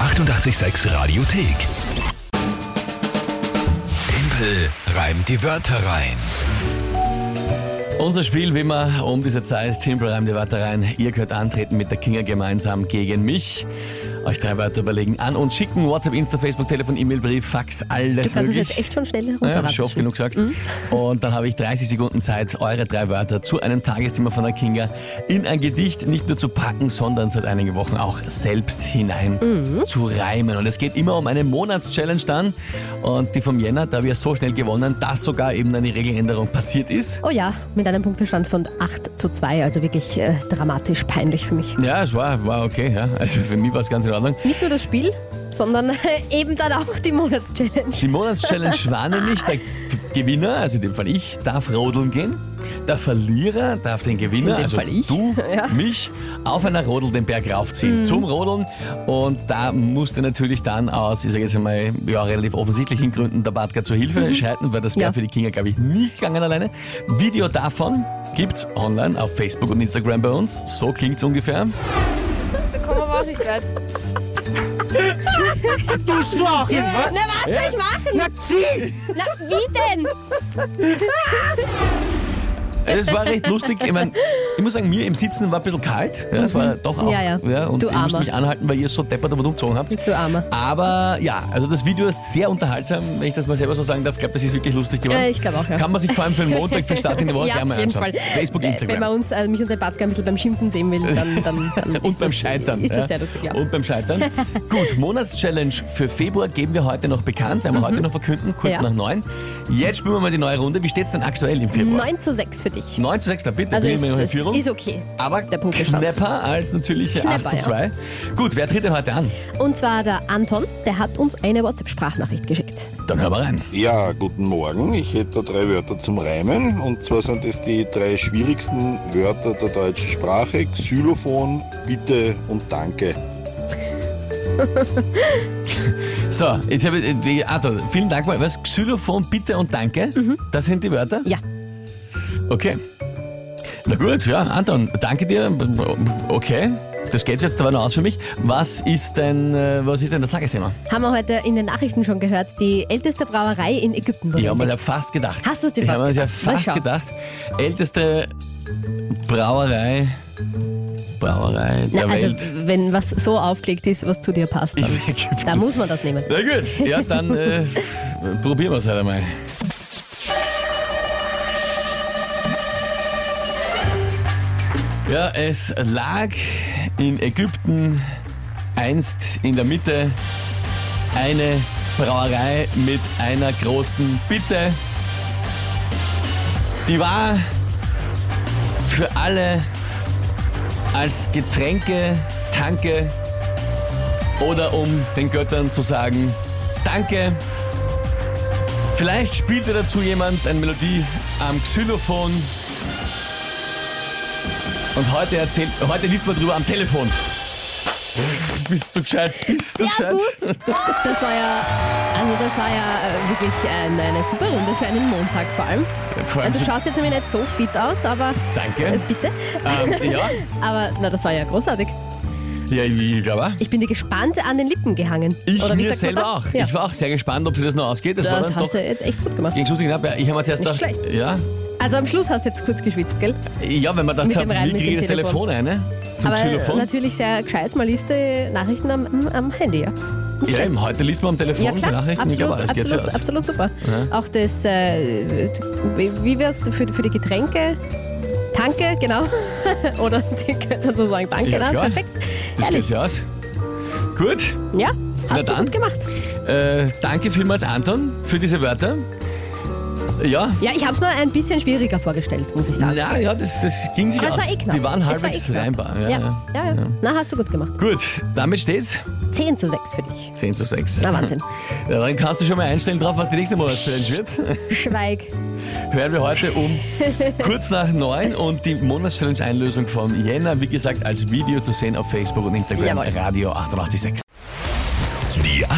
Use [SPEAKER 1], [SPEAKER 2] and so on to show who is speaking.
[SPEAKER 1] 886 Radiothek. Tempel reimt die Wörter rein.
[SPEAKER 2] Unser Spiel, wie immer, um diese Zeit, Timbro reimt die Wörter rein. Ihr könnt antreten mit der Kinga gemeinsam gegen mich. Euch drei Wörter überlegen, an uns schicken. WhatsApp, Insta, Facebook, Telefon, E-Mail, Brief, Fax,
[SPEAKER 3] Du
[SPEAKER 2] alles
[SPEAKER 3] kannst es
[SPEAKER 2] möglich.
[SPEAKER 3] jetzt echt Mhm. schon schnell
[SPEAKER 2] Ja,
[SPEAKER 3] herunterraten.
[SPEAKER 2] hab ich schon oft genug gesagt. Und dann habe ich 30 Sekunden Zeit, eure drei Wörter zu einem Tagesthema von der Kinga in ein Gedicht nicht nur zu packen, sondern seit einigen Wochen auch selbst hinein
[SPEAKER 3] Mhm.
[SPEAKER 2] zu reimen. Und es geht immer um eine Monatschallenge dann. Und die vom Jänner, da wir so schnell gewonnen, dass sogar eben eine Regeländerung passiert ist.
[SPEAKER 3] Oh ja, mit einem Punktestand von 8 zu 2, also wirklich äh, dramatisch peinlich für mich.
[SPEAKER 2] Ja, es war, war okay. Ja. Also für mich war es ganz in Ordnung.
[SPEAKER 3] Nicht nur das Spiel, sondern äh, eben dann auch die Monatschallenge.
[SPEAKER 2] Die Monatschallenge war nämlich, der Gewinner, also in dem Fall ich, darf rodeln gehen. Der Verlierer darf den Gewinner,
[SPEAKER 3] In dem
[SPEAKER 2] also
[SPEAKER 3] Fall ich.
[SPEAKER 2] du,
[SPEAKER 3] Ja. Mhm.
[SPEAKER 2] mich, auf einer Rodel den Berg raufziehen. Zum Rodeln. Und da musste natürlich dann aus, ich sage jetzt einmal, ja, relativ offensichtlichen Gründen der Badka zur Hilfe schreiten, weil das wäre
[SPEAKER 3] Mhm. Ja.
[SPEAKER 2] für die Kinder, glaube ich, nicht gegangen alleine. Video davon gibt's online auf Facebook und Instagram bei uns. So klingt's ungefähr.
[SPEAKER 4] Da kommen wir aber auch nicht weit.
[SPEAKER 5] Na, was soll ich machen? Na, zieh! Na, wie denn?
[SPEAKER 2] Es war recht lustig. Ich, mein, ich muss sagen, mir im Sitzen war ein bisschen kalt. Ja, es war doch auch.
[SPEAKER 3] Mhm. Ja, ja.
[SPEAKER 2] und
[SPEAKER 3] Du
[SPEAKER 2] ich musste
[SPEAKER 3] Armer.
[SPEAKER 2] mich anhalten, weil ihr so deppert aber umgezogen habt.
[SPEAKER 3] Du Armer.
[SPEAKER 2] Aber ja, also das Video ist sehr unterhaltsam, wenn ich das mal selber so sagen darf. Ich glaube, das ist wirklich lustig geworden.
[SPEAKER 3] Äh, ich glaube auch, ja.
[SPEAKER 2] Kann man sich vor allem für den Montag, für den Start in der Woche
[SPEAKER 3] ja,
[SPEAKER 2] gerne mal
[SPEAKER 3] auf jeden
[SPEAKER 2] anschauen.
[SPEAKER 3] Fall.
[SPEAKER 2] Facebook,
[SPEAKER 3] Äh,
[SPEAKER 2] Instagram.
[SPEAKER 3] Wenn man uns, äh, mich und den Badger ein bisschen beim Schimpfen sehen will, dann, dann, dann
[SPEAKER 2] Und
[SPEAKER 3] ist
[SPEAKER 2] beim
[SPEAKER 3] das,
[SPEAKER 2] Scheitern.
[SPEAKER 3] Ist das
[SPEAKER 2] ja.
[SPEAKER 3] sehr lustig, ja.
[SPEAKER 2] Und beim Scheitern. Gut, Monatschallenge für Februar geben wir heute noch bekannt, werden wir heute noch verkünden, kurz
[SPEAKER 3] Mhm. Ja.
[SPEAKER 2] nach neun. Jetzt spielen wir mal die neue Runde. Wie steht's denn aktuell im Februar?
[SPEAKER 3] 9 zu 6 für dich.
[SPEAKER 2] 9 zu 6, da bitte,
[SPEAKER 3] Also
[SPEAKER 2] bin ich mir noch in
[SPEAKER 3] ist,
[SPEAKER 2] Führung.
[SPEAKER 3] ist, ist okay.
[SPEAKER 2] Aber
[SPEAKER 3] der Punktestand.
[SPEAKER 2] knapper als natürliche 8 zu
[SPEAKER 3] Knapper,
[SPEAKER 2] 2. Gut, wer tritt denn heute an?
[SPEAKER 3] Und zwar der Anton, der hat uns eine WhatsApp-Sprachnachricht geschickt.
[SPEAKER 2] Dann hören wir rein.
[SPEAKER 6] Ja, guten Morgen. Ich hätte da drei Wörter zum Reimen. Und zwar sind es die drei schwierigsten Wörter der deutschen Sprache. Xylophon, bitte und danke.
[SPEAKER 2] So, jetzt habe ich, äh, die- Arthur, vielen Dank mal. Was? Xylophon, bitte und danke. Das sind die Wörter?
[SPEAKER 3] Mhm. Ja.
[SPEAKER 2] Okay. Na gut, ja, Anton, danke dir. Okay. Das geht jetzt aber noch aus für mich. Was ist denn, äh, was ist denn das Tagesthema?
[SPEAKER 3] Haben wir heute in den Nachrichten schon gehört, die älteste Brauerei in Ägypten wurde
[SPEAKER 2] Ich habe mir ja
[SPEAKER 3] entdeckt.
[SPEAKER 2] fast gedacht.
[SPEAKER 3] Hast du's dir
[SPEAKER 2] Ich
[SPEAKER 3] fast
[SPEAKER 2] habe mir ja
[SPEAKER 3] gedacht? Na,
[SPEAKER 2] fast
[SPEAKER 3] schau.
[SPEAKER 2] gedacht. Älteste Brauerei, Brauerei
[SPEAKER 3] Na,
[SPEAKER 2] der
[SPEAKER 3] also,
[SPEAKER 2] Welt.
[SPEAKER 3] wenn was so aufgelegt ist, was zu dir passt, dann,
[SPEAKER 2] Ich-
[SPEAKER 3] dann muss man das nehmen.
[SPEAKER 2] Na gut, ja, dann äh, probieren wir es halt einmal. Ja, es lag in Ägypten einst in der Mitte eine Brauerei mit einer großen Bitte. Die war für alle als Getränke, Tanke oder um den Göttern zu sagen, danke. Vielleicht spielte dazu jemand eine Melodie am Xylophon. Und heute erzählt, heute liest man drüber am Telefon. Bist du gescheit? Bist du
[SPEAKER 3] Sehr
[SPEAKER 2] gescheit?
[SPEAKER 3] gut. Das war ja, also das war ja äh, wirklich eine, eine super Runde für einen Montag vor allem. Also,
[SPEAKER 2] Vor allem
[SPEAKER 3] Du
[SPEAKER 2] so-
[SPEAKER 3] schaust jetzt nämlich nicht so fit aus, aber äh,
[SPEAKER 2] Danke.
[SPEAKER 3] bitte.
[SPEAKER 2] Ähm, ja,
[SPEAKER 3] Aber na, das war ja großartig.
[SPEAKER 2] ja, ich glaube.
[SPEAKER 3] Ich bin dir gespannt an den Lippen gehangen.
[SPEAKER 2] Ich
[SPEAKER 3] Oder wie
[SPEAKER 2] mir
[SPEAKER 3] sagt man
[SPEAKER 2] selber
[SPEAKER 3] da?
[SPEAKER 2] auch.
[SPEAKER 3] Ja.
[SPEAKER 2] Ich war auch sehr gespannt, ob sie das noch ausgeht. Das, war
[SPEAKER 3] das
[SPEAKER 2] dann doch
[SPEAKER 3] hast du jetzt echt gut gemacht.
[SPEAKER 2] gegen Schluss knapp. Ja, Ich habe mir zuerst
[SPEAKER 3] Nicht
[SPEAKER 2] gedacht, ja,
[SPEAKER 3] Also am Schluss hast du jetzt kurz geschwitzt, gell?
[SPEAKER 2] ja, wenn man
[SPEAKER 3] Mit
[SPEAKER 2] dachte,
[SPEAKER 3] dem Reim,
[SPEAKER 2] wie
[SPEAKER 3] mit
[SPEAKER 2] kriege ich
[SPEAKER 3] dem
[SPEAKER 2] das Telefon, ein? ne? Zum
[SPEAKER 3] aber
[SPEAKER 2] Xylophon.
[SPEAKER 3] natürlich sehr gescheit. Man liest die Nachrichten am, am Handy, ja.
[SPEAKER 2] Ja, eben, heute liest man am Telefon
[SPEAKER 3] Ja
[SPEAKER 2] die
[SPEAKER 3] klar,
[SPEAKER 2] Nachrichten. ich
[SPEAKER 3] absolut,
[SPEAKER 2] glaube, das geht
[SPEAKER 3] absolut,
[SPEAKER 2] so aus.
[SPEAKER 3] absolut super. Auch das, äh, wie- wie wär's für, für die Getränke? Tanke, genau. Oder die könnten so sagen, danke,
[SPEAKER 2] Ja,
[SPEAKER 3] na,
[SPEAKER 2] klar.
[SPEAKER 3] ne? perfekt.
[SPEAKER 2] Das geht
[SPEAKER 3] Ehrlich.
[SPEAKER 2] so aus. Gut,
[SPEAKER 3] Ja,
[SPEAKER 2] Na
[SPEAKER 3] hast du
[SPEAKER 2] dann.
[SPEAKER 3] gut gemacht.
[SPEAKER 2] äh, danke vielmals Anton für diese Wörter. Ja,
[SPEAKER 3] Ja, ich habe es mir ein bisschen schwieriger vorgestellt, muss ich sagen.
[SPEAKER 2] na ja, das, das ging sich
[SPEAKER 3] Aber es
[SPEAKER 2] aus.
[SPEAKER 3] war eh knapp.
[SPEAKER 2] Die waren
[SPEAKER 3] Es war
[SPEAKER 2] halbwegs
[SPEAKER 3] eh knapp.
[SPEAKER 2] reinbar. Ja,
[SPEAKER 3] Ja,
[SPEAKER 2] ja.
[SPEAKER 3] ja, ja. Na, hast du gut gemacht.
[SPEAKER 2] Gut, damit steht's
[SPEAKER 3] 10 zu 6 für dich.
[SPEAKER 2] 10 zu 6.
[SPEAKER 3] Na, Wahnsinn.
[SPEAKER 2] Ja, dann kannst du schon mal einstellen drauf, was die nächste Monatschallenge wird.
[SPEAKER 3] Schweig.
[SPEAKER 2] hören wir heute um kurz nach neun und die Monatschallenge-Einlösung von Jänner, wie gesagt, als Video zu sehen auf Facebook und Instagram
[SPEAKER 3] Jawohl.
[SPEAKER 2] Radio 886.
[SPEAKER 1] Die